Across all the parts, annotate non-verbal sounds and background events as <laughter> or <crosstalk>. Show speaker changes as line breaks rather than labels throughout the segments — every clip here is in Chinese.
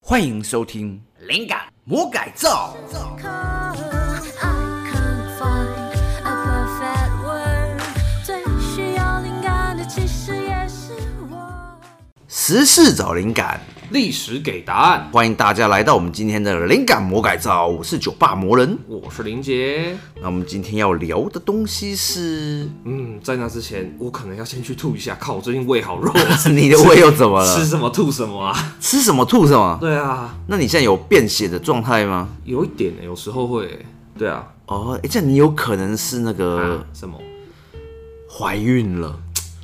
欢迎收听
《灵感魔改造》。
I can't find a perfect word，最需要灵感的其实也是我。
时事找灵感，
历史给答案，
欢迎大家来到我们今天的灵感魔改造，我是酒吧魔人。
我是林杰。
那我们今天要聊的东西
<laughs>
是，
嗯，在那之前，我可能要先去吐一下。靠，我最近胃好弱，
你的胃又 <laughs> 怎么
吃
了？
什么吐什么啊。
吃什么吐什么？
对啊，
那你现在有便血的状态吗？
有一点、欸，有时候会欸、对啊，
哦，哎，这样你有可能是那个
啊什么？
怀孕了，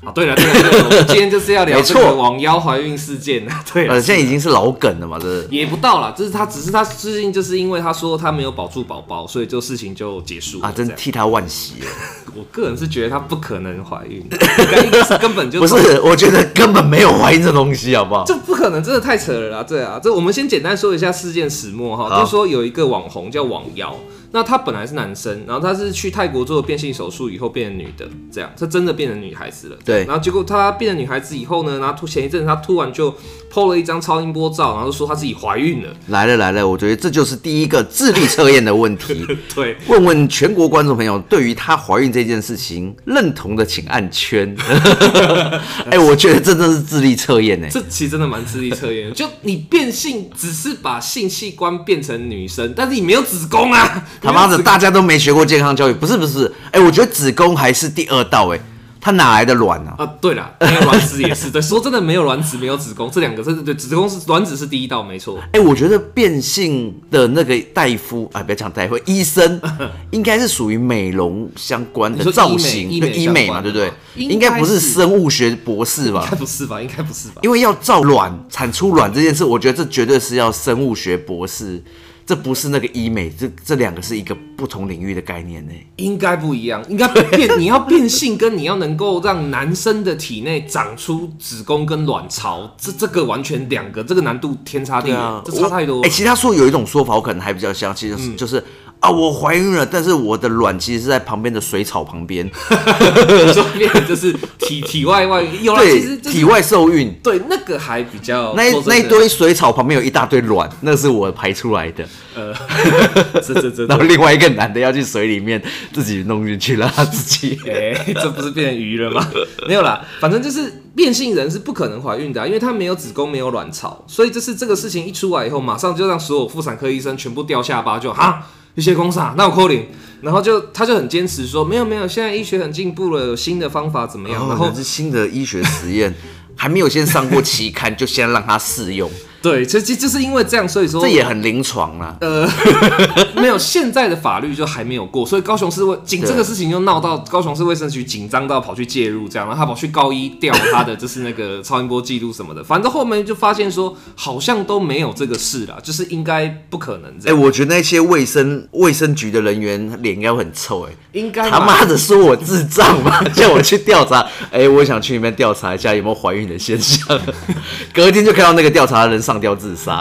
啊，对了对了对了，
<laughs>
我们今天就是要聊
没
这
错
个网妖怀孕事件啊。 <laughs> 对啊
呃，，现在已经是老梗了嘛，这是
也不到啦，就是他，只是他最近就是因为他说他没有保住宝宝，所以就事情就结束了
啊，真
这样
替他惋惜
<laughs>
了。
我个人是觉得她不可能怀
<laughs>
孕，应该是根本就
不是，我觉得根本没有怀孕这东西，好不好？
这不可能，真的太扯了啦！对啊，这我们先简单说一下事件始末哈，
好
就是说有一个网红叫网妖，那他本来是男生，然后他是去泰国做变性手术以后变成女的，这样他真的变成女孩子了。
对
然后结果他变成女孩子以后呢，然后突前一阵子他突然就 PO 了一张超音波照，然后就说她自己怀孕了。
来了来了，我觉得这就是第一个智力测验的问
<laughs>
题。
对，
问问全国观众朋友，对于她怀孕这件事情认同的，请按
<laughs>
圈。哎、我觉得这真是智力测验哎。
这其实真的蛮智力测验的，就你变性只是把性器官变成女生，但是你没有子宫啊！
他妈的，大家都没学过健康教育，不是不是。哎、我觉得子宫还是第二道哎，他哪来的卵啊？
啊，对啦，没有卵子也是对。说真的，没有卵子，没有子宫，这两个真的对，子宫是卵子是第一道，没错。
哎、我觉得变性的那个大夫啊，不要讲大夫，医生
<laughs>
应该是属于美容相关
你
的
说
造
医美
型，
医
对
美
医
相
美嘛，
关
对不
的
对
嘛？
应
应
该
该
不是
是
生物学博士吧
应？该不是吧？应该不是吧？
因为要造卵、产出卵这件事，我觉得这绝对是要生物学博士，这不是那个医美，这这两个是一个不同领域的概念呢。
应该不一样，应该变你要变性，跟你要能够让男生的体内长出子宫跟卵巢，这这个完全两个，这个难度天差地远，啊这差太多嗯
哎、。其他说有一种说法，我可能还比较相信，就是、就是啊，我怀孕了，但是我的卵其实是在旁边的水草旁边，
说变就是体体外外有啊了，其
对，
实就是
体外受孕。
对那个还比较
那一
说真的
那一堆水草旁边有一大堆卵，那是我排出来的。
这这这
然后
这。
另外一个男的要去水里面自己弄进去，让他自己。
哎、这不是变成鱼了吗？ <laughs> 没有啦，反正就是变性人是不可能怀孕的、啊，因为他没有子宫，没有卵巢，所以就是这个事情一出来以后，马上就让所有妇产科医生全部掉下巴就，哈一些工厂那我扣零，然后就他就很坚持说没有没有，现在医学很进步了，有新的方法怎么样？
然
然
后
后
哦是新的医学实
<laughs>
验，还没有先上过期刊，就先让他试用，
对，其实就是因为这样，所以说
这也很临床啊啦。
呃 <laughs> 没有现在的法律就还没有过，所以高雄市卫警这个事情就闹到高雄市卫生局紧张到跑去介入，这样，然后他跑去高一调他的就是那个超音波记录什么的，反正后面就发现说好像都没有这个事啦，就是应该不可能这
哎、
样，
我觉得那些卫生卫生局的人员脸应该会很臭、哎。
<laughs> 应该
他
吧
妈的说我智障吗？ <laughs> 叫我去调查，哎、我想去里面调查一下有没有怀孕的现
<laughs>
象。隔天就看到那个调查的人上吊自杀，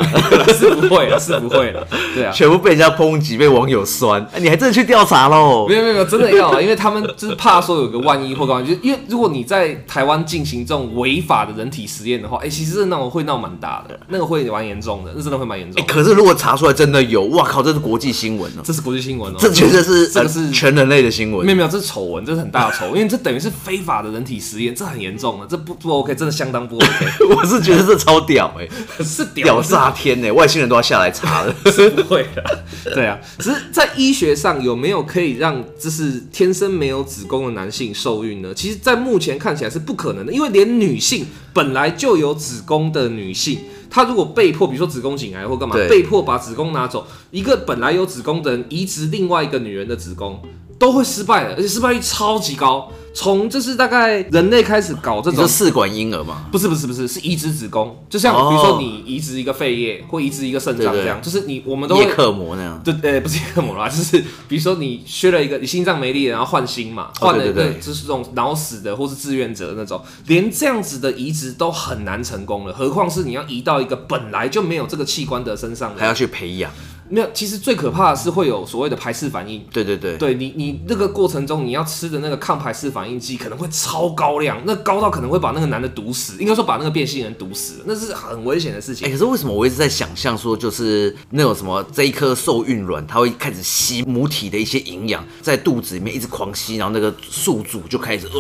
是不会了，是不会了，对啊。
全部被人家抨击，被网友酸。哎你还真的去调查喽
没？有没有没有，真的要啊，因为他们就是怕说有个万一或干嘛，就是因为如果你在台湾进行这种违法的人体实验的话，哎、其实那种会闹蛮大的，那个会蛮严重的，那真的会蛮严重
哎、
的。
可是如果查出来真的有，哇靠，这是国际新闻哦、
这是国际新闻哦、
这绝对是
这个
呃
是
全人类的新闻
没。有没有，这是丑闻，这是很大的丑闻，因为这等于是非法的人体实验，这很严重的，这不不 OK，真的相当不 OK，
<laughs> 我是觉得这超屌哎、
是屌
屌
炸，
炸天呢、欸外星人都要下来查
<laughs>
了。
是不会的，对啊，只是在医学上有没有可以让就是天生没有子宫的男性受孕呢？其实，在目前看起来是不可能的，因为连女性本来就有子宫的女性。她如果被迫，比如说子宫颈癌或干嘛
对，
被迫把子宫拿走，一个本来有子宫的人移植另外一个女人的子宫，都会失败的，而且失败率超级高。从就是大概人类开始搞这
你说
种，
试管婴儿嘛？
不是不是不是，是移植子宫，就像
哦
比如说你移植一个肺叶或移植一个肾脏
对对
这样，就是你我们 <laughs> 都
叶
会。
克膜那样。
对，呃，不是叶克膜啦，就是比如说你缺了一个，你心脏没力了，然后换心嘛，换
哦
了
对
一
对
个
对
就是这种脑死的或是志愿者的那种，连这样子的移植都很难成功了，何况是你要移到一个本来就没有这个器官的身上的人，
还要去培养，
没有，其实最可怕的是会有所谓的排斥反应。
对对对，
对你，你那个过程中你要吃的那个抗排斥反应剂可能会超高量，那高到可能会把那个男的毒死，应该说把那个变性人毒死，那是很危险的事
哎、
情。
可是为什么我一直在想象说，就是那种什么这一颗受孕卵，它会开始吸母体的一些营养，在肚子里面一直狂吸，然后那个宿主就开始，呃、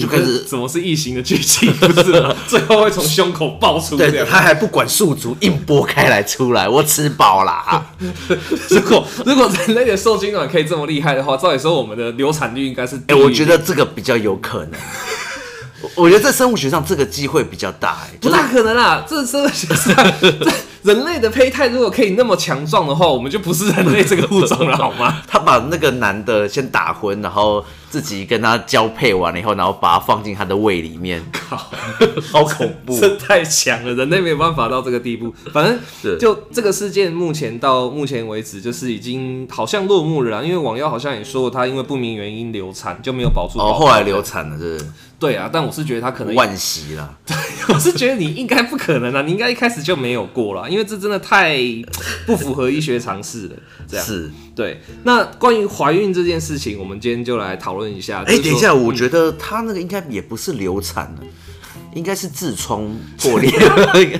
就开
你
始
<laughs> 这怎么是异形的剧情？不
<laughs>
是吗，最后会从胸口爆出这
对，
样。
他还不管宿主，硬剥开来出来，我吃饱啊啦。
<laughs> 如果如果人类的受精卵可以这么厉害的话，照理说我们的流产率应该是……
哎、我觉得这个比较有可能。我我觉得在生物学上这个机会比较大、哎，
不
就是
大可能啦，这真的是 <laughs> 这人类的胚胎如果可以那么强壮的话，我们就不是人类这个物
<laughs>
种了，好吗？
他把那个男的先打昏，然后自己跟他交配完了以后，然后把他放进他的胃里面， <laughs> 好恐怖。
这太强了，人类没有办法到这个地步。反
是
正就这个事件，目前到目前为止，就是已经好像落幕了啦。因为网妖好像也说过，他因为不明原因流产，就没有保住宝
哦，
宝。
后来流产了，是不
对啊，但我是觉得他可能
是，惋惜啦。
我是觉得你应该不可
<laughs>
能啊，你应该一开始就没有过啦，因为这真的太不符合医学常识了。这样
是，
对。那关于怀孕这件事情，我们今天就来讨论一下。
哎、
就是
等一
说
下，我觉得他那个应该也不是流产了。应该是痔疮破裂， <laughs>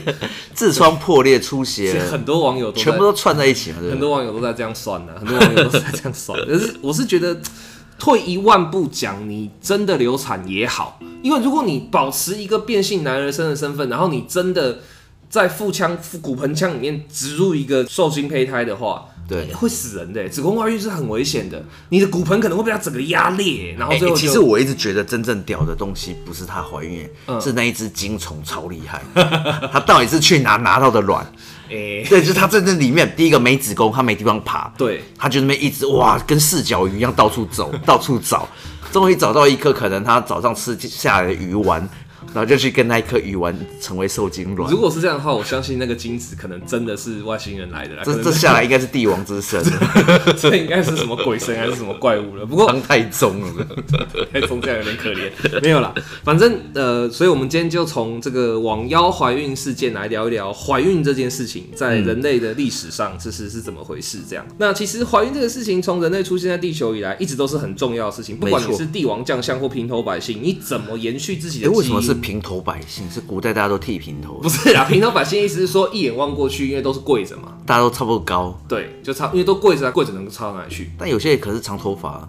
痔疮破裂出血
其实
了，
很多网友都在
全部都串在一起嘛，对不
很
对？
多网友都在这样算呢、很多网友都在这样算。 <laughs> 可是我是觉得，退一万步讲，你真的流产也好，因为如果你保持一个变性男儿身的身份，然后你真的在腹腔、腹骨盆腔里面植入一个受精胚胎的话。
对
会死人的欸，子宫外孕是很危险的，你的骨盆可能会被它整个压裂，然后
哎、
最后就、
其实我一直觉得真正屌的东西不是她怀孕，
嗯
是那一只精虫超厉害。 <laughs> 她到底是去哪拿到的卵？<laughs>
哎、
对，就是她真正里面第一个没子宫，她没地方爬，
对
她就那边一直哇，跟四脚鱼一样到处
<laughs>
走，到处找，终于找到一颗可能她早上吃下来的鱼丸，然后就去跟那一颗鱼丸成为受精卵
如。果是这样的话，我相信那个精子可能真的是外星人来的啦，可
这
能
这下来应该是帝王之
<laughs>
身，
这应该是什么鬼神还是什么怪物了。不过
当太宗
<laughs>
了。
太宗这样有点可怜，没有啦，反正呃，所以我们今天就从这个网妖怀孕事件来聊一聊怀孕这件事情
嗯
在人类的历史上其实是怎么回事。这样，那其实怀孕这个事情从人类出现在地球以来，一直都是很重要的事情，不管
没
你
错
是帝王将相或平头百姓，你怎么延续自己
哎，
的基因？
为什么是平头百姓？是古代大家都剃平头
不，是啊，平头百姓意思是说一眼望过去，因为都是跪着嘛，
大家都差不多高，
对，就差因为都跪着啊，跪着能差到哪里去？
但有些可是长头发
<laughs>
啊。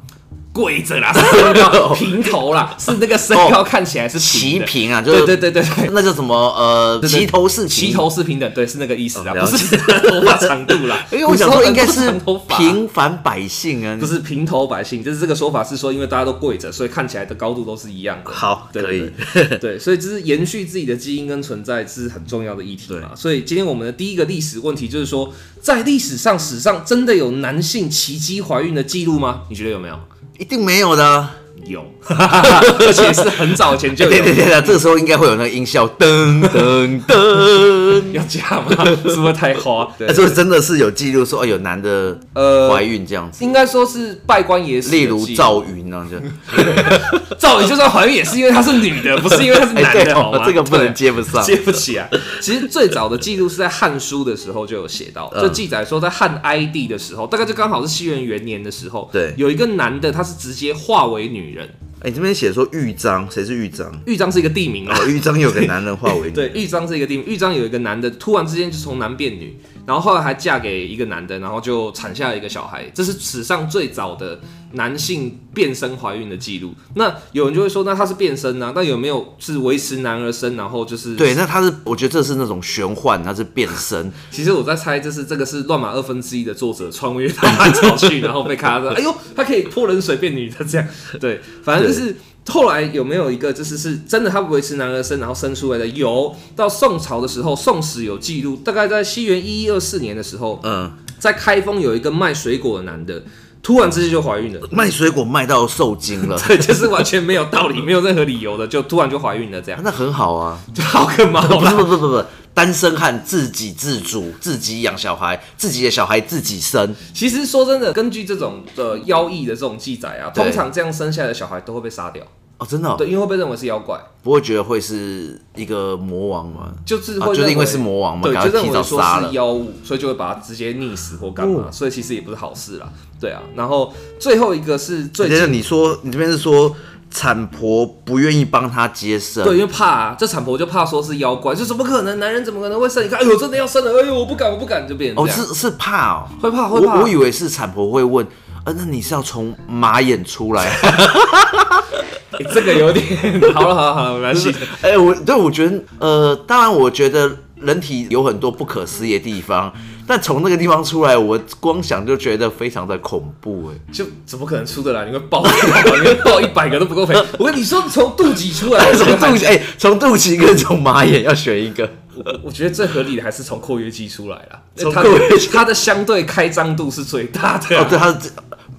跪
<laughs>
着啦，是身高平头啦，是那个身高看起来是
哦齐
平的。
平啊，就
对
是
对对对对，
那叫什么呃，
对对
齐头是
齐头是平等，对，是那个意思啦，
哦了
不
解
是头发长度啦。 <laughs>
因为我想说应该是
古时候人都长头发
平凡百姓啊，
不是平头百姓，就是这个说法是说，因为大家都跪着，所以看起来的高度都是一样的。
好
<laughs> 对
可以，
对对对，所以就是延续自己的基因跟存在是很重要的议题嘛。所以今天我们的第一个历史问题就是说，在历史上史上真的有男性奇迹怀孕的记录吗？你觉得有 <laughs> 没有？
一定没有的啊。
有，而且是很早前就
对
有。 <laughs>
对对对，这个时候应该会有那个音效，噔噔噔。
要这样吗？是不是太花？对
那就是真的是有记录说，哦，有男的
呃
怀孕这样子，
应该说是拜官爷死的
例
记录，
如赵云啊，就
赵宇就算怀孕也是因为她是女的，不是因为她是男
哎对
的，
哦
好吗？
这个不能
对
接不上
接不起来。其实最早的记录是在《汉书》的时候就有写
嗯
到，就记载说在汉哀帝的时候，大概就刚好是西元元年的时候，
对
有一个男的他是直接化为女人，
哎，这边写说豫章，谁是豫章？
豫章是一个地名啊。
哦，豫章有个男人化为女，
对，，豫章是一个地名。豫章有一个男的，突然之间就从男变女，然后后来还嫁给一个男的，然后就产下了一个小孩。这是史上最早的男性变身怀孕的记录。那有人就会说，那他是变身啊？那有没有是维持男儿身，然后就是
对，那他是，我觉得这是那种玄幻，他是变身，
其实我在猜，这是这个是乱码二分之一的作者穿越到汉朝去，然后被咔说，哎呦，他可以泼冷水变女的这样。对，反正就是后来有没有一个就是是真的他维持男儿身，然后生出来的有。到宋朝的时候，《宋史》有记录，大概在西元一一二四年的时候，
嗯，
在开封有一个卖水果的男的，突然之间就怀孕了。
卖水果卖到受精了，
对，就是完全没有道理，没有任何理由的，就突然就怀孕了，这样
那很好啊，
就好个毛啊
不是
啦！
不不不不，单身汉自给自足，自己养小孩，自己的小孩自己生，
其实说真的，根据这种呃妖异的这种记载啊，
对
通常这样生下来的小孩都会被杀掉。
哦，真的、哦，
对，因为会被认为是妖怪，
不会觉得会是一个魔王吗？
就是
啊
会认为、
就是因为是魔王嘛
对，
赶
就
快
认
提
为
早
说
杀了哦
是妖物，所以就会把它直接溺死或干嘛，所以其实也不是好事啦，对啊。然后最后一个是最
等一下
近，
你说你这边是说产婆不愿意帮他接生，
对，因为怕、啊、这产婆就怕说是妖怪，就怎么可能？男人怎么可能会生？你看，哎呦，真的要生了，哎呦，我不敢，我不敢，就变成
哦，
这样。
是是怕哦，
会怕会怕
我我以为是产婆会问，啊，那你是要从马眼出
<laughs>
来？
哎这个有点好了，好了，好了，没
<laughs>
关系。
哎、我对我觉得，呃，当然，我觉得人体有很多不可思议的地方，但从那个地方出来，我光想就觉得非常的恐怖、
<laughs>
哎，
就怎么可能出得来？你会爆，你会爆一百个都不够赔。我跟你说，从肚脐出
<laughs>
来，
从肚脐，哎、从肚脐跟从马眼要选一
<laughs>
个，
我觉得最合理的还是从括约肌出来啦，
<laughs> 从
它
括约
的
肌
它的相对开张度是最大的、
哦，对，他是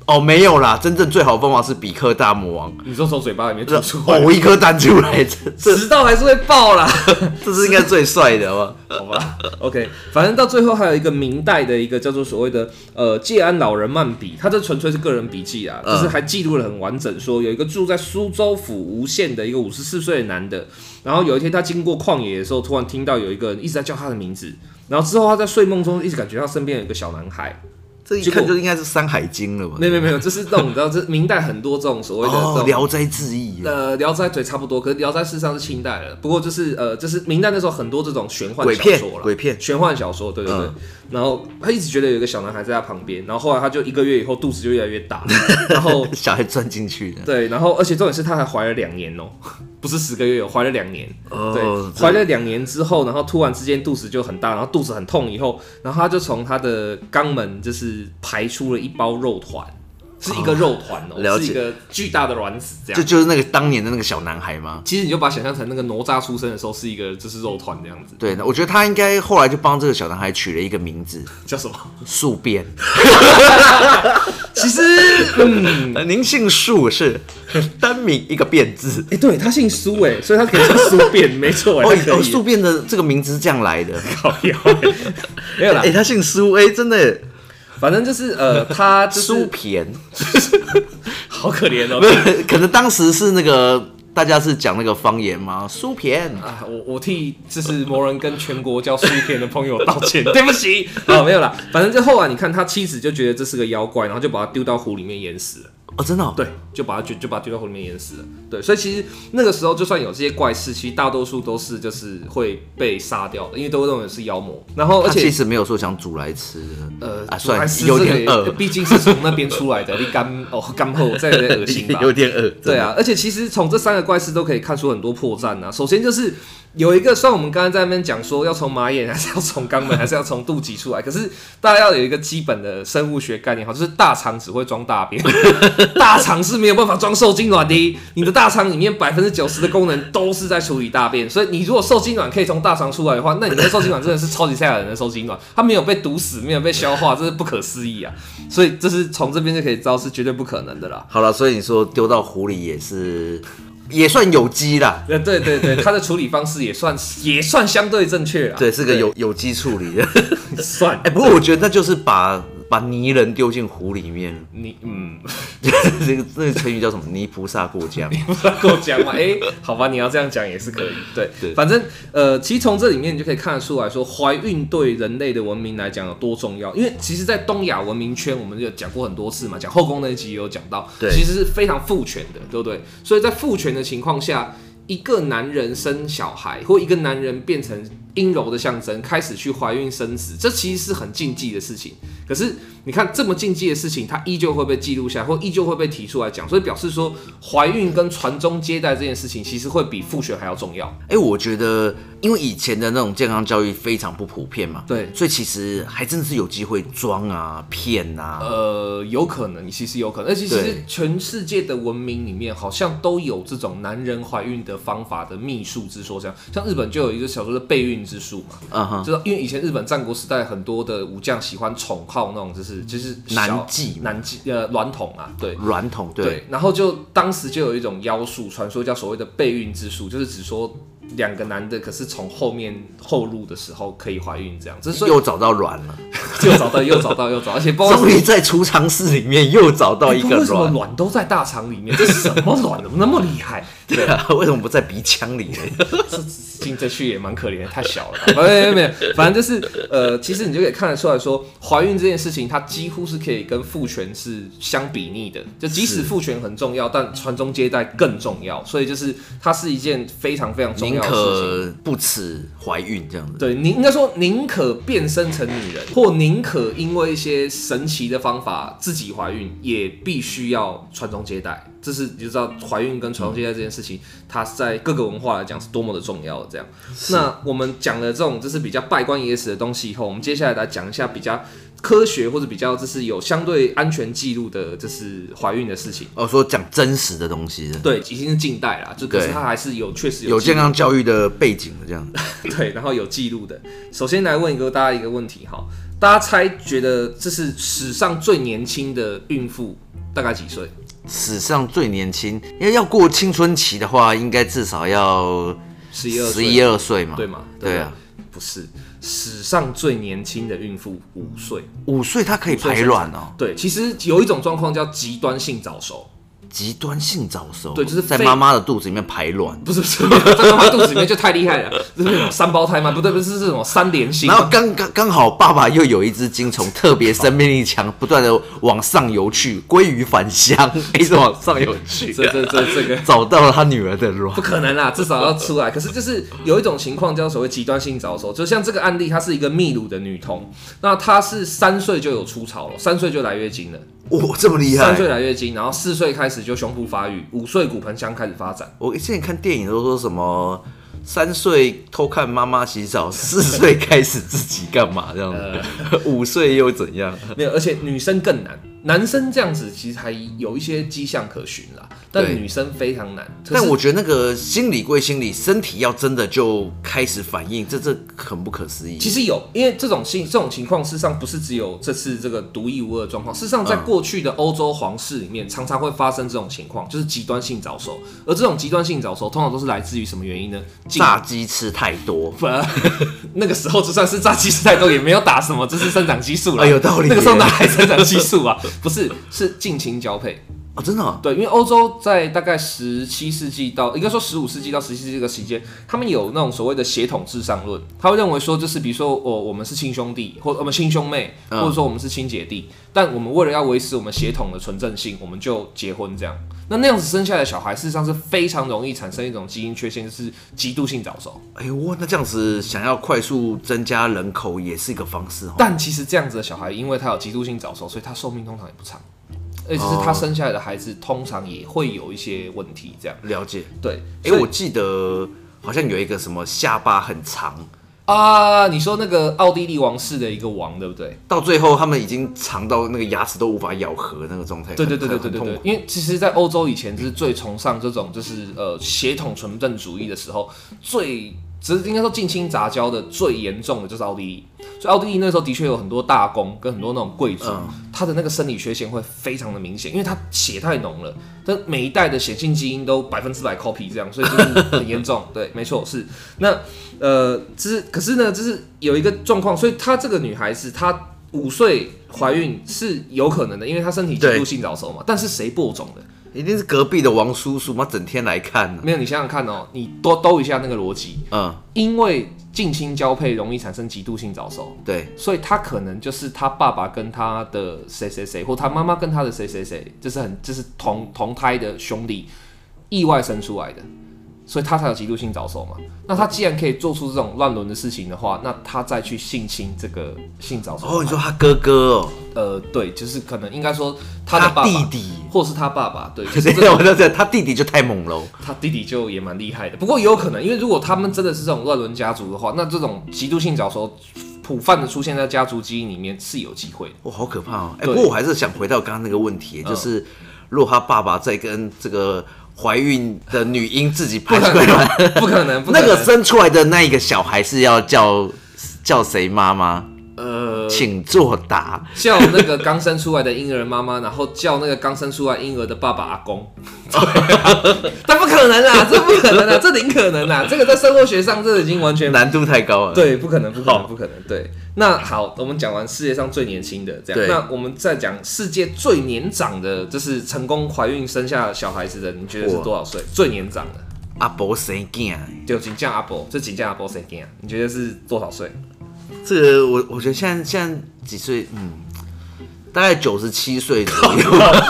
哦，没有啦，真正最好的方法是比克大魔
<laughs>
王，
你说从嘴巴里面
这
吐出来，
呕一颗蛋出来，这哦这
食道还是会爆啦， <laughs>
这是应该最帅的吧？
好吧？OK，反正到最后还有一个明代的一个叫做所谓的呃《戒安老人漫笔》，它这纯粹是个人笔记啊，
嗯
就是还记录了很完整，说有一个住在苏州府吴县的一个五十四岁的男的，然后有一天他经过旷野的时候，突然听到有一个人一直在叫他的名字，然后之后他在睡梦中一直感觉到身边有一个小男孩。
<laughs> 这一看就应该是《山海经》了吧？
没有没有没有，这是那种你知道，这明代很多这种所谓的
哦，《
这种。
聊斋志异》啊
呃，《聊斋》对差不多，可是《聊斋》事实上是清代了。不过就是呃，就是明代那时候很多这种玄幻
鬼
小
片
说了，
鬼片
玄幻小说，对对对。
嗯
然后他一直觉得有一个小男孩在他旁边，然后后来他就一个月以后肚子就越来越大，然后
小孩钻进去的，
对，然后而且重点是她还怀了两年哦、不是十个月，怀了两年。
哦
对，
这
怀了两年之后，然后突然之间肚子就很大，然后肚子很痛，以后，然后她就从她的肛门就是排出了一包肉团，是一个肉团哦、
了解
是一个巨大的卵子这
这
样。
就是那个当年的那个小男孩吗？
其实你就把它想象成那个哪吒出生的时候是一个就是肉团这样子，
对，那我觉得他应该后来就帮这个小男孩取了一个名字
叫什么？
——
<laughs>
宿 <laughs> 便。
其实，嗯，
呃您姓宿 <laughs> 是单名一个便字。
哎、对他姓苏哎，所以他可以叫苏变，没错
哦
哎，他可
哦，
以
宿便的这个名字是这样来 <laughs> 的。
靠腰欸， <laughs> 没有啦
哎、，他姓苏，哎、真的
反正就是呃，他就是
苏偏，
好可怜哦
不。是？可能当时是那个大家是讲那个方言吗？苏偏，
啊，我我替就是魔人跟全国叫苏片的朋友道歉， <laughs> 对不起。啊，没有啦，反正就后来你看他妻子就觉得这是个妖怪，然后就把他丢到湖里面淹死了。
哦，真的、哦，
对，就把他就就把他丢到湖里面淹死了。对，所以其实那个时候就算有这些怪事，其实大多数都是就是会被杀掉的，因为都认为是妖魔。然后而
他
且
其实没有说想煮来吃的，
呃，
啊，算
还
了
是
有
这个
点
也
饿，
毕竟是从那边出来的，你干哦干后，这有点恶心
<laughs> ？
吧
有点饿，真的
对，啊，而且其实从这三个怪事都可以看出很多破绽啊。首先就是有一个，虽然我们刚刚在那边讲说要从马眼，还是要从肛门，还是要从肚脐出来，可 <laughs> 是大家要有一个基本的生物学概念哈，就是大肠只会装大
<laughs>
便，大肠是没有办法装受精卵的。你的大肠里面百分之九十的功能都是在处理大便，所以你如果受精卵可以从大肠出来的话，那你的受精卵真的是超级赛亚人的受精卵，它没有被毒死，没有被消化，这是不可思议啊！所以这是从这边就可以知道是绝对不可能的啦。
好了，所以你说丢到湖里也是， <laughs> 也算有机啦。
<laughs> 呃，对对对，他的处理方式也算也算相对正确啦。 <laughs>
对，是个有有机处理的。 <laughs>
对算
哎、不过我觉得那就是把把泥人丢进湖里面，
<laughs>
<laughs>
你嗯， <laughs>
这个那个成语叫什么？泥菩萨过 <laughs> 江。
不知道跟我讲嘛？哎，好吧，你要这样讲也是可以。对，
对
反正呃，其实从这里面你就可以看得出来说，怀孕对人类的文明来讲有多重要。因为其实，在东亚文明圈，我们就讲过很多次嘛，讲后宫那一集也有讲到，
对
其实是非常父权的，对不对？所以在父权的情况下。一个男人生小孩，或一个男人变成阴柔的象征，开始去怀孕生子，这其实是很禁忌的事情。可是你看这么禁忌的事情，它依旧会被记录下来，或依旧会被提出来讲，所以表示说怀孕跟传宗接代这件事情，其实会比父权还要重要。
哎、我觉得因为以前的那种健康教育非常不普遍嘛，
对
所以其实还真的是有机会装啊、骗啊。
呃，有可能，其实有可能，而且其实
对
全世界的文明里面，好像都有这种男人怀孕的方法的秘术之说，这样像日本就有一个小说的备孕之术嘛，
嗯哼，
就是因为以前日本战国时代很多的武将喜欢宠好那种，就是就是小
男妓嘛
男妓呃娈童啊，对。
软桶对，
对，然后就当时就有一种妖术传说，叫所谓的备孕之术，就是只说两个男的，可是从后面后入的时候可以怀孕这样。这是
又找到软了。
又找到又找到又找到，
<laughs>
而且包括
终于在储藏室里面又找到一个
为什么
卵，
卵都在大肠里面？这是什么卵？怎么那么厉 <laughs> 害？
对啊， <laughs> 为什么不在鼻腔里呢？
这进这去也蛮可怜的，太小了吧。 <laughs> 没有没有，反正就是呃，其实你就可以看得出来说，怀孕这件事情它几乎是可以跟父权是相比拟的。就即使
是
父权很重要，但传宗接代更重要，所以就是它是一件非常非常重
宁
要的事情。
可不耻怀孕这样子，
对，你应该说宁可变身成女人，或宁可因为一些神奇的方法自己怀孕，也必须要传宗接代。这是你就知道怀孕跟传宗接代这件事情，它在各个文化来讲是多么的重要的。这样，那我们讲了这种就是比较拜官野史的东西以后，我们接下来来讲一下比较科学或者比较就是有相对安全记录的，就是怀孕的事情。
哦，说讲真实的东西，
对，已经是近代啦，就可是它还是有确实
有
记录
健康教育的背景的这样，
对，然后有记录的。首先来问一个大家一个问题哈，大家猜觉得这是史上最年轻的孕妇大概几岁？
史上最年轻，因为要过青春期的话，应该至少要
十一二，
十一，二岁嘛，
对吗？
对啊，
不是，史上最年轻的孕妇五岁
五岁他可以排卵哦，
对，其实有一种状况叫极端性早熟，
极端性早熟，
对就是
在
非
妈妈的肚子里面排卵，
不是不 <laughs> 是，在妈妈肚子里面就太厉害了， <laughs> 这是什么三胞胎吗？不对，不是这种三连星
然。后刚刚刚好爸爸又有一只精虫，特别生命力强，不断的往上游去，归于返乡，一直往上游去，
这这这这个
找到了他女儿的卵
<laughs> 不，可能啦，至少要出来。可是就是有一种情况叫所谓极端性早熟，就像这个案例，她是一个秘鲁的女童，那她是三岁就有初潮了，三岁就来月经了，
哇，这么厉害
三！岁来月经，然后四岁开始就胸部发育，五岁骨盆腔开始发展。
我之前看电影都说什么三岁偷看妈妈洗澡，四岁开始自己干嘛这样子，
呃
<laughs> 五岁又怎样？
没有，而且女生更难，男生这样子其实还有一些迹象可循啦，但
对
女生非常难。可是
但我觉得那个心理归心理，身体要真的就开始反应，这这很不可思议。
其实有，因为这种性这种情况，事实上不是只有这次这个独一无二的状况。事实上，在
嗯
过去的欧洲皇室里面，常常会发生这种情况，就是极端性早熟。而这种极端性早熟，通常都是来自于什么原因呢？进
炸鸡吃太多，
呃， <laughs> 那个时候就算是炸鸡时代都也没有打什么，这是生长激素了、
哎有道理
那个时候哪来生长激素啊？ <laughs> 不是，是近亲交配。
哦，真的哦、
对，因为欧洲在大概十七世纪到应该说十五世纪到十七世纪这个期间，他们有那种所谓的血统至上论，他会认为说，就是比如说哦我、我们是亲兄弟，或我们亲兄妹，或
嗯
者说我们是亲姐弟，但我们为了要维持我们血统的纯正性，我们就结婚这样。那那样子生下来的小孩，事实上是非常容易产生一种基因缺陷，就是极度性早熟。
哎呦，哇那这样子想要快速增加人口也是一个方式哦。
但其实这样子的小孩，因为他有极度性早熟，所以他寿命通常也不长，而且是他
哦
生下来的孩子通常也会有一些问题。这样
了解，
对，
哎、
所以
我记得好像有一个什么下巴很长，
啊，你说那个奥地利王室的一个王，对不对？
到最后他们已经长到那个牙齿都无法咬合那个状态，
对对
很
对对对
很
对。对
痛，苦
因为其实，在欧洲以前就是最崇尚这种就是呃血统纯正主义的时候，最只是应该说近亲杂交的最严重的就是奥地利，所以奥地利那时候的确有很多大公跟很多那种贵族，
嗯
他的那个生理缺陷会非常的明显，因为他血太浓了，但每一代的显性基因都百分之百 copy 这样，所以就是很严重。对，没错，是那呃，就是可是呢，就是有一个状况，所以她这个女孩子她五岁怀孕是有可能的，因为她身体极
对
度性早熟嘛。但是谁播种的？
一定是隔壁的王叔叔嘛，整天来看呢、
没有，你想想看哦，你多兜一下那个逻辑，
嗯，
因为近亲交配容易产生极度性早熟，
对，
所以他可能就是他爸爸跟他的谁谁谁，或他妈妈跟他的谁谁谁，就是很就是同同胎的兄弟，意外生出来的，所以他才有极度性早熟嘛。那他既然可以做出这种乱伦的事情的话，那他再去性侵这个性早熟的孩子，
哦，你说他哥哥哦，
呃，对，就是可能应该说他的爸爸
弟弟，
或是他爸爸，对，就
对
是
对
这
对，
种
<laughs> 我就这他弟弟就太猛了哦，
他弟弟就也蛮厉害的，不过也有可能，因为如果他们真的是这种乱伦家族的话，那这种极度性早熟普泛的出现在家族基因里面是有机会的。
哇，好可怕哦。哎、
对嗯
不过我还是想回到刚刚那个问题，就是如果他爸爸在跟这个怀孕的女婴自己排
<laughs> 不可
出来。
能，不可能，不可
那
能
个生出来的那一个小孩是要叫叫谁妈妈？
呃，
请作答。
叫那个刚生出来的婴儿妈妈，然后叫那个刚生出来婴儿的爸爸阿公。对啊， <laughs> 但不可能啦，这不可能啊啦，这零可能啦，这个在生物学上这已经完全
难度太高了。，
对，不可能，不可
好
能，不可能。对，那好，我们讲完世界上最年轻的这
对
样，那我们再讲世界最年长的，就是成功怀孕生下小孩子的，你觉得是
哇
多少岁？最年长的，
阿伯谁干？
就锦江阿伯，这锦江阿伯谁给啊？你觉得是多少岁？
这个我我觉得现在现在几岁？嗯，大概九十七岁左右， <laughs>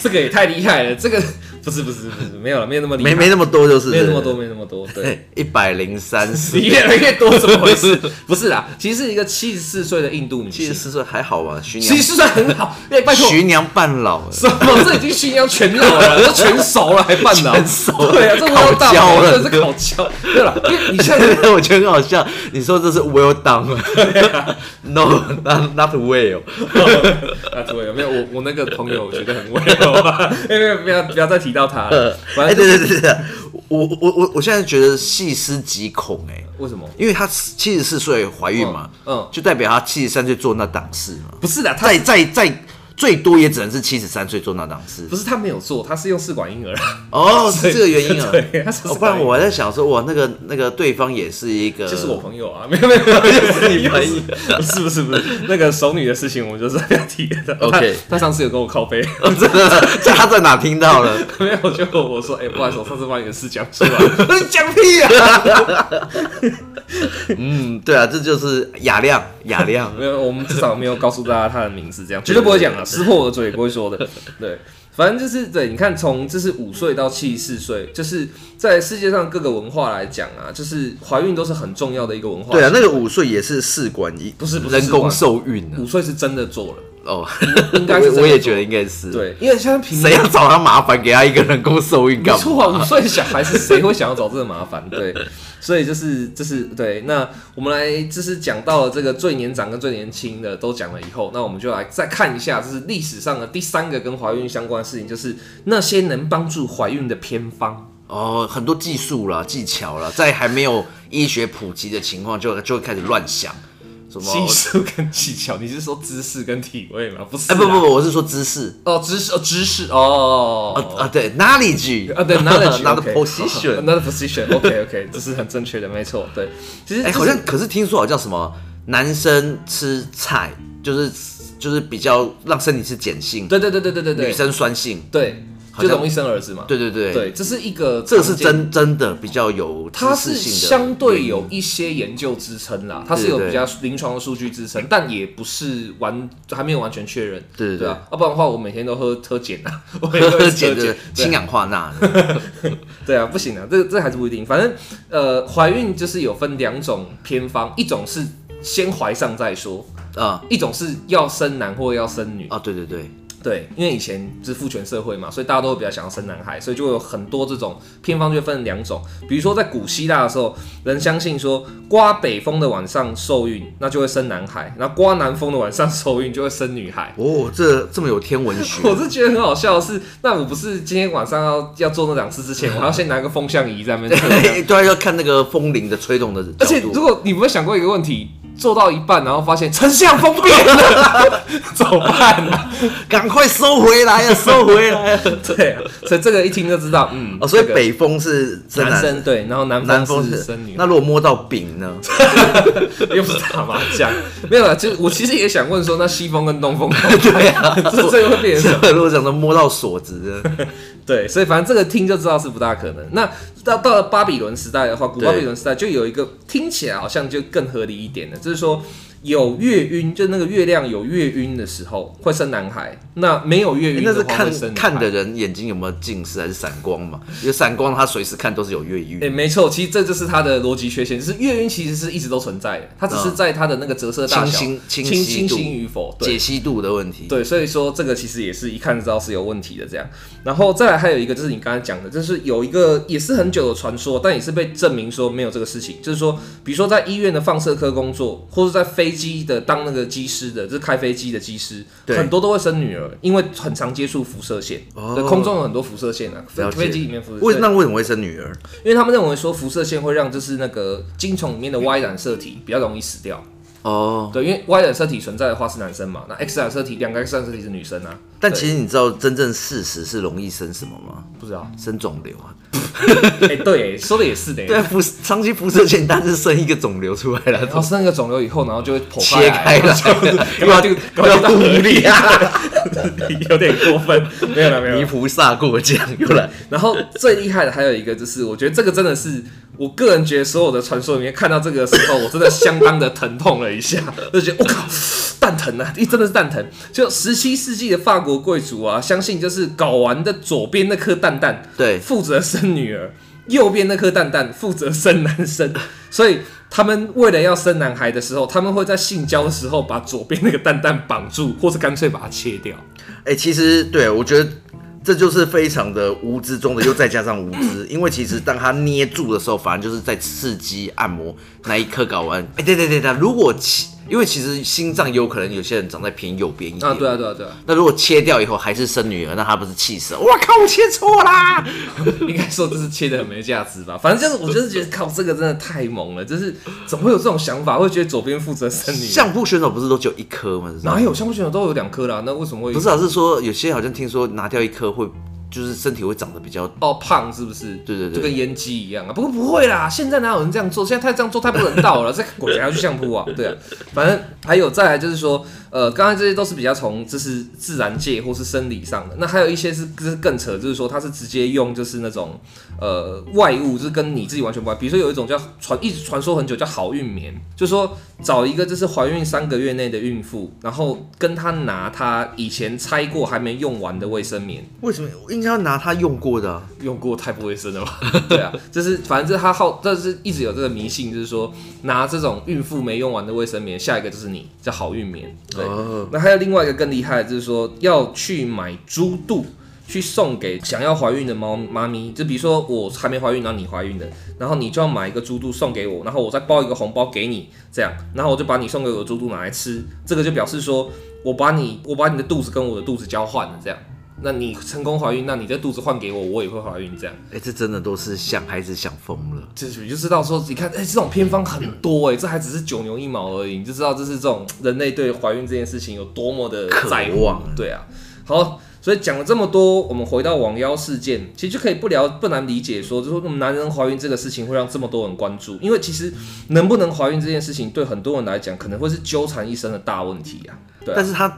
这个也太厉害了，这个 <laughs> 不是不是不是，没有了，没有那么厉害，
没没那么多就是哎
没有那么多，没有那么多，对。
一百零三
你
十。
越来越多，怎么回事？ <laughs> 不是啦，其实是一个七十四岁的印度女
七
性
十，四岁还好吧？徐
其
娘
实算很好。哎、拜托，
徐娘半老了， <laughs>
什么？ <laughs> 这已经熏香全老了，都全熟了还半老？
全熟了
对啊，这味道
烤焦
大，
了
真的是烤焦。对了，因为你现 <laughs> 在
我觉得很好笑。你说这是 well done 吗 <laughs> ？No, not not well。
啊，对，没有我我那个朋友，我觉得很温柔 <laughs> 啊。哎，没有，不要不要再提到他了。 <laughs> 反
哎，
正就
对对对
是
对，我我我我我现在觉得细思极恐哎、
为什么？
因为她七十四岁怀孕嘛，
嗯嗯
就代表她七十三岁做那档事嘛，
不是的，他
再再再最多也只能是七十三岁做那档事
不。是他没有做，他是用试管婴儿。啊
哦，是这个原因啊
对对她是。
哦，不然我还在想说，哇，那个那个对方也是一个，
就是我朋友啊，没 <laughs> 有没有，就是你朋友， <laughs> 不是不是不是那个熟女的事情，我们就是不要提了。
OK
他他上次有跟我靠背， <laughs>
哦， <laughs> 真的，这他在哪听到了？
没有就我说，哎、不好意思，我上次把你的事讲出来， <laughs> 我说你 <laughs> 讲屁啊！
<laughs> 嗯，对啊，这就是雅亮，雅
<laughs>
亮。
没有，我们至少没有告诉大家他的名字，这样绝对不会讲的，撕破我的嘴也不会说的。对，反正就是对，你看从就是五岁到七十四岁，就是在世界上各个文化来讲啊，就是怀孕都是很重要的一个文化。
对啊，那个五岁也是试管婴，
不是不是
人工
试
受孕啊
五。岁是真的做了，
哦，
应该是真的
我我也
做
觉得应该是。，
对，因为像平
谁要找他麻烦，给他一个人工受孕
没
干嘛？
错啊，五岁的小孩是谁会想要找这个麻烦？ <laughs> 对，所以就是就是对。那我们来就是讲到了这个最年长跟最年轻的都讲了以后，那我们就来再看一下，就是历史上的第三个跟怀孕相关的事情，就是那些能帮助怀孕的偏方。
哦，很多技术啦、技巧啦，在还没有医学普及的情况，就就会开始乱想什么
技。术啊跟技巧，你是说知识跟体位吗？不是、
哎，不不不，我是说知识。
哦，知识哦，知识哦
啊啊，对，knowledge
<laughs> 啊，对
knowledge，<laughs>
，knowledge，哦
not
OK，
position。
<laughs> another position，OK OK，这是很正确的，没错，对。其实
哎，
这
好
是
像可是听说好像什么男生吃菜，就是就是比较让身体是碱性，
对对对对对对对，
女生酸性。
对，
嗯好
就
像
容易生儿子嘛。
对对对，
对，这是一个
这个是
常见，
真真的比较有知
它
识
是
性的，
相对有一些研究支撑啦，它是有
对
比较临床的数据支撑，但也不是完还没有完全确认。
对对对
啊，要不然的话我每天都喝喝碱
<laughs>
啊，我每天都
喝
会吃
碱
喝
的
碱，
氢
对啊
氧化钠。
对啊，不行啊，这这还是不一定。反正呃，怀孕就是有分两种偏方，一种是先怀上再说，
啊
一种是要生男或要生女。
啊，对对对，
对，因为以前是父权社会嘛，所以大家都会比较想要生男孩，所以就会有很多这种偏方就会分两种。比如说在古希腊的时候，人相信说刮北风的晚上受孕，那就会生男孩；那刮南风的晚上受孕就会生女 <laughs> 孩。，
哦，这这么有天文学
<laughs> 我是觉得很好笑的是，那我不是今天晚上要要做那两次之前，我还要先拿个风向仪在那边测量。
<laughs> 对，要看那个风铃的吹动的角度。
而且如果你有没有想过一个问题，做到一半然后发现成像风变了， <laughs> 怎么办呢、
赶快收回来呀，收回来啊！
对啊，所以这个一听就知道，嗯，
<laughs> 哦，所以
这个
北风是真啊
男生对，然后南
南
方
风
是
是
生女，
那如果摸到饼呢？
<laughs> 又不是打麻
<laughs>
将，没有啦。就我其实也想问说，那西风跟东风， <laughs>
<laughs>
对啊，这这个会变成什么？
如果讲说摸到锁
<laughs>
子呢，
对，所以反正这个听就知道是不大可能。那到到了巴比伦时代的话，古巴比伦时代就有一个听起来好像就更合理一点的，就是说有月晕，就那个月亮有月晕的时候会生男孩，那没有月晕
那是
的话会
看
生女
看
孩
的。人眼睛有没有近视还是散光嘛？因为散光他随时看都是有越
哎、
狱，
没错，其实这就是它的逻辑缺陷，就是月晕其实是一直都存在的，它只是
嗯
在它的那个折射大小、
清晰清
清
晰度
晰与否、对
解析度的问题。
对，所以说这个其实也是一看就知道是有问题的这样。然后再来还有一个就是你刚才讲的，就是有一个也是很久的传说，但也是被证明说没有这个事情。就是说，比如说在医院的放射科工作，或者在飞机的当那个机师的，就是开飞机的机师，
对
很多都会生女儿，因为很常接触辐射线，
哦
对，空中有很多辐射线啊，飞
了解
飞机里面辐射
为
线
那，为什么会生女儿？
因为他们认为说辐射线会让就是那个精虫里面的 Y 染色体比较容易死掉。
哦，
对，因为 Y 染色体存在的话是男生嘛，那 X 染色体两个 X 染色体是女生啊。
但
对
其实你知道真正事实是容易生什么吗？
不知道，
生肿瘤啊！
哎、对， <laughs> 说的也是的。
对啊，辐长期辐射线，但是生一个肿瘤出来了，
然后生个肿瘤以后，然后就会剖
切开
来，
了
<laughs> 又要丢，
不要顾
合
虑
理
啊！
<laughs> 有点过分。没有了，没有
泥
了。
菩萨过江又来，
然后最厉害的还有一个就是，我觉得这个真的是我个人觉得所有的传说里面看到这个时候，我真的相当的疼痛了一下，就觉得我靠，蛋疼啊！一真的是蛋疼。就十七世纪的法国贵族啊，相信就是睾丸的左边那颗蛋蛋，
对
负责生女儿；右边那颗蛋蛋负责生男生，所以。他们为了要生男孩的时候，他们会在性交的时候把左边那个蛋蛋绑住，或是干脆把它切掉。
哎、其实对我觉得这就是非常的无知中的，又再加上无知，因为其实当他捏住的时候，反而就是在刺激按摩那一刻睾丸。哎、对对对对，如果其因为其实心脏有可能有些人长在偏右边一点
啊，对啊，对啊，对啊，
那如果切掉以后还是生女儿，那他不是气死了？我靠，我切错啦！
<laughs> 应该说这是切的很没价值吧。反正就是我就是觉得靠这个真的太猛了，就是怎么会有这种想法？会觉得左边负责生女，
相扑选手不是都只有一颗吗？是吧
哪有相互选手都有两颗啦？那为什么会
不是啊，是说有些好像听说拿掉一颗会，就是身体会长得比较
哦胖是不是？
对对对
就跟烟鸡一样啊。不过不会啦，现在哪有人这样做？现在他这样做太不人道了，这鬼才要去相扑啊。对啊，反正还有再来就是说，呃，刚才这些都是比较从就是自然界或是生理上的，那还有一些是就是更扯，就是说它是直接用就是那种呃外物，就是跟你自己完全不关。比如说有一种叫传一直传说很久叫好运棉，就是说找一个就是怀孕三个月内的孕妇，然后跟她拿她以前拆过还没用完的卫生棉。
为什么应该要拿他用过的啊、
用过太不卫生了吧？对啊，就是反正他好，但是一直有这个迷信，就是说拿这种孕妇没用完的卫生棉，下一个就是你叫好运棉。对，
哦
那还有另外一个更厉害的，就是说要去买猪肚。去送给想要怀孕的猫妈咪，就比如说我还没怀孕，然后你怀孕了，然后你就要买一个猪肚送给我，然后我再包一个红包给你，这样，然后我就把你送给我的猪肚拿来吃，这个就表示说我把你我把你的肚子跟我的肚子交换了，这样，那你成功怀孕，那你的肚子换给我，我也会怀孕，这样。
哎、这真的都是想孩子想疯了。
这你就知道说，你看，哎、这种偏方很多哎、这还只是九牛一毛而已，你就知道这是这种人类对怀孕这件事情有多么的在
渴
乎
望
对啊，好，所以讲了这么多，我们回到网妖事件，其实就可以不聊不难理解说，就是说我们男人怀孕这个事情会让这么多人关注，因为其实能不能怀孕这件事情对很多人来讲，可能会是纠缠一生的大问题啊。对啊
但是他，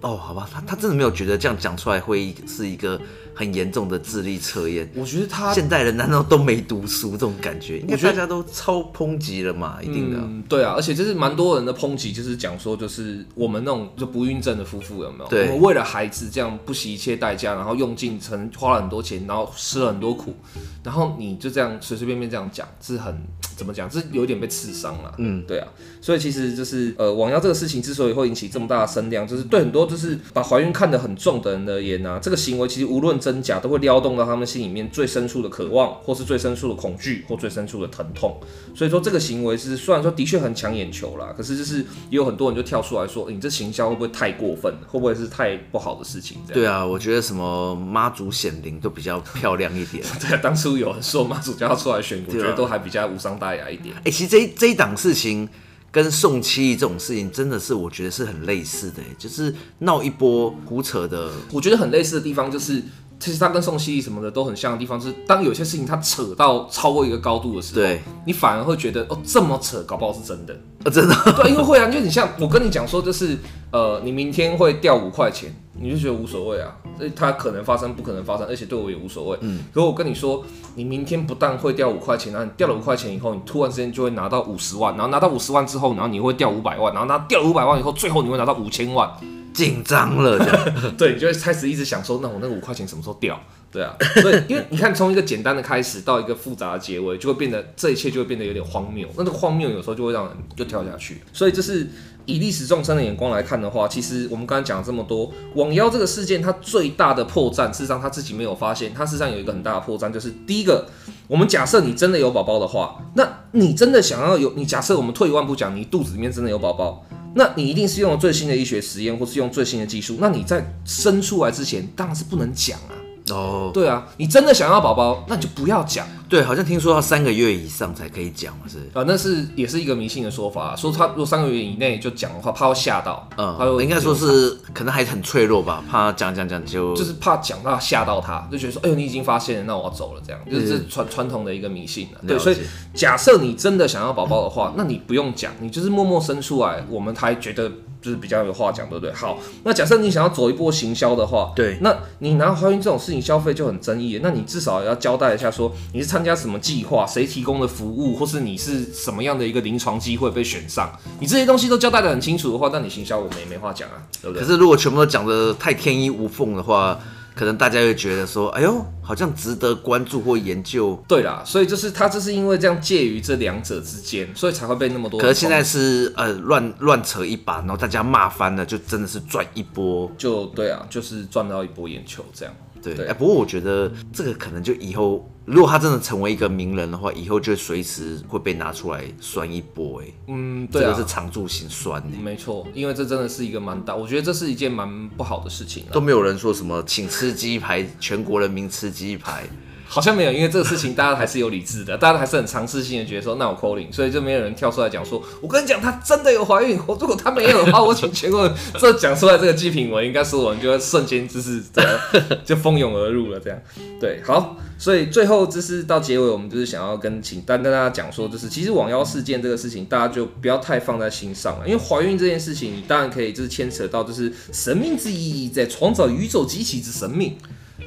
哦，好吧，他他真的没有觉得这样讲出来会是一个很严重的智力测验。
我觉得他
现代人难道都没读书这种感觉？应该
我觉得
大家都超抨击了嘛，一定的。
嗯，对啊，而且就是蛮多人的抨击，就是讲说，就是我们那种就不孕症的夫妇有没有？
对
我们为了孩子这样不惜一切代价，然后用尽成花了很多钱，然后吃了很多苦，然后你就这样随随便便这样讲，是很怎么讲？是有点被刺伤了。嗯，对啊，所以其实就是呃，网妖这个事情之所以会引起这么大的声量，就是对很多就是把怀孕看得很重的人而言呢、啊，这个行为其实无论真假，都会撩动到他们心里面最深处的渴望，或是最深处的恐惧，或最深处的疼痛。所以说这个行为是虽然说的确很抢眼球啦，可是就是也有很多人就跳出来说，诶你这行销会不会太过分？会不会是太不好的事情？这样。
对啊，我觉得什么妈祖显灵都比较漂亮一点。
<laughs>
<laughs>
对啊，当初有人说妈祖教要出来选，我觉
对
得
啊
都还比较无伤大雅一点。
哎、其实这一这一档事情跟宋七这种事情真的是我觉得是很类似的、就是闹一波胡扯的。
我觉得很类似的地方就是，其实他跟宋希什么的都很像的地方，就是当有些事情他扯到超过一个高度的时候，
对，
你反而会觉得哦，这么扯，搞不好是真的。
啊、真的，
对，因为会啊，就你像我跟你讲说，就是呃，你明天会掉五块钱，你就觉得无所谓啊，所以它可能发生，不可能发生，而且对我也无所谓。嗯，可我跟你说，你明天不但会掉五块钱，然后你掉了五块钱以后，你突然之间就会拿到五十万，然后拿到五十万之后，然后你会掉五百万，然后拿掉五百万以后，最后你会拿到五千万。
紧张了这
<laughs>
样。
对，你就会开始一直想说，那我那个五块钱什么时候掉？对啊，所以因为你看，从一个简单的开始到一个复杂的结尾，就会变得这一切就会变得有点荒谬。那这个荒谬有时候就会让人就跳下去。所以就是以历史众生的眼光来看的话，其实我们刚才讲了这么多，网妖这个事件它最大的破绽，事实上他自己没有发现，它事实上有一个很大的破绽，就是第一个，我们假设你真的有宝宝的话，那你真的想要有，你假设我们退一万步讲，你肚子里面真的有宝宝，那你一定是用了最新的医学实验，或是用最新的技术。那你在生出来之前，当然是不能讲啊。
哦，
对啊，你真的想要宝宝，那你就不要讲。
对，好像听说要三个月以上才可以讲，是
啊，那是也是一个迷信的说法，啊说他如果三个月以内就讲的话，怕会吓到，他
嗯，
会
应该说是可能还很脆弱吧，怕讲讲讲就
就是怕讲到吓到他，就觉得说，哎呦，你已经发现了，那我要走了，这样，就是这传传统的一个迷信啊了。嗯嗯对，
了解
所以假设你真的想要宝宝的话，那你不用讲，你就是默默生出来，我们才觉得就是比较有话讲，对不对？好，那假设你想要走一波行销的话，
对
那你拿怀孕这种事情消费就很争议，那你至少要交代一下，说你是参加什么计划，谁提供的服务，或是你是什么样的一个临床机会被选上，你这些东西都交代的很清楚的话，那你行销我们也没话讲啊，对不
可
对？
是如果全部都讲的太天衣无缝的话，可能大家会觉得说，哎呦，好像值得关注或研究。
对啦，所以就是他就是因为这样介于这两者之间，所以才会被那么多。
可是现在是呃乱乱扯一把，然后大家骂翻了，就真的是赚一波。
就对啊，就是赚到一波眼球这样。
对，
对
哎、不过我觉得这个可能就以后，如果他真的成为一个名人的话，以后就随时会被拿出来酸一波、哎、
嗯，对
这
啊
个，是常驻型酸、哎
没错，因为这真的是一个蛮大，我觉得这是一件蛮不好的事情
都
啊。
没有人说什么请吃鸡排，全国人民吃鸡排，
好像没有，因为这个事情大家还是有理智的， <laughs> 大家还是很尝试性的觉得说，那我 calling，所以就没有人跳出来讲说，我跟你讲，她真的有怀孕，我如果她没有的话，我请全国人这讲出来这个祭品文，应该所有人就会瞬间就是怎么样 <laughs> 就蜂拥而入了这样。对，好，所以最后就是到结尾，我们就是想要跟请丹跟大家讲说，就是其实网妖事件这个事情，大家就不要太放在心上啊了，因为怀孕这件事情，你当然可以就是牵扯到就是神命之意义，在创造宇宙机器之神命。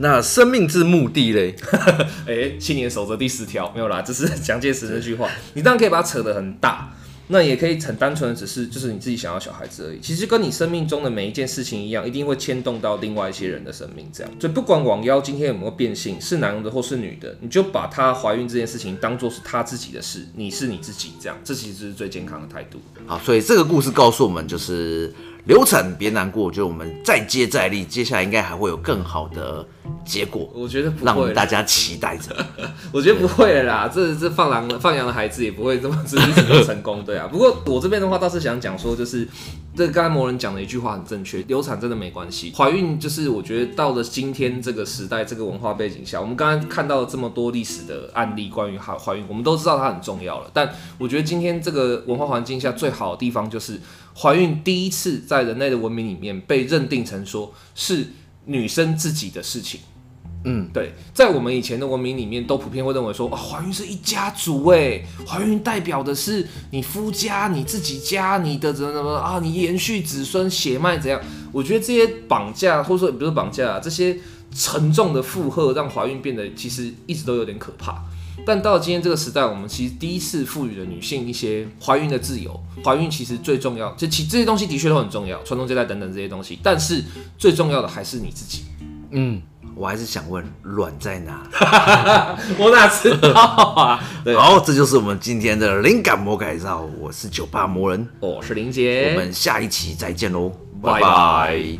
那生命之目的嘞？
<laughs> 哎、七年守则第十条没有啦，这是 <laughs> 蒋介石那句话。你当然可以把它扯得很大，那也可以很单纯的只是就是你自己想要小孩子而已。其实跟你生命中的每一件事情一样，一定会牵动到另外一些人的生命。这样，所以不管网妖今天有没有变性，是男的或是女的，你就把她怀孕这件事情当做是她自己的事，你是你自己，这样，这其实是最健康的态度。
好，所以这个故事告诉我们，就是流产别难过，就我们再接再厉，接下来应该还会有更好的结果，
我觉得不
让我
会
们
啦
大，家期待着。
我觉得不会了啦，这这放羊的放羊的孩子也不会这么这一直都成功，对啊。不过我这边的话倒是想讲说，就是这个刚才魔人讲的一句话很正确，流产真的没关系，怀孕就是我觉得到了今天这个时代这个文化背景下，我们刚刚看到了这么多历史的案例关于怀怀孕，我们都知道它很重要了。但我觉得今天这个文化环境下最好的地方就是怀孕第一次在人类的文明里面被认定成说是女生自己的事情。对，在我们以前的文明里面，都普遍会认为说，啊、怀孕是一家族哎，怀孕代表的是你夫家、你自己家、你的怎么怎么啊，你延续子孙血脉怎样？我觉得这些绑架，或者说不是绑架啊，这些沉重的负荷，让怀孕变得其实一直都有点可怕。但到了今天这个时代，我们其实第一次赋予了女性一些怀孕的自由。怀孕其实最重要，这其这些东西的确都很重要，传宗接代等等这些东西，但是最重要的还是你自己。
嗯，我还是想问，卵在哪？
<laughs> 我哪知道啊？对，
好，这就是我们今天的灵感魔改造，我是酒吧魔人，
我哦是林
我
杰，
们下一期再见喽，
哎拜
拜
拜
拜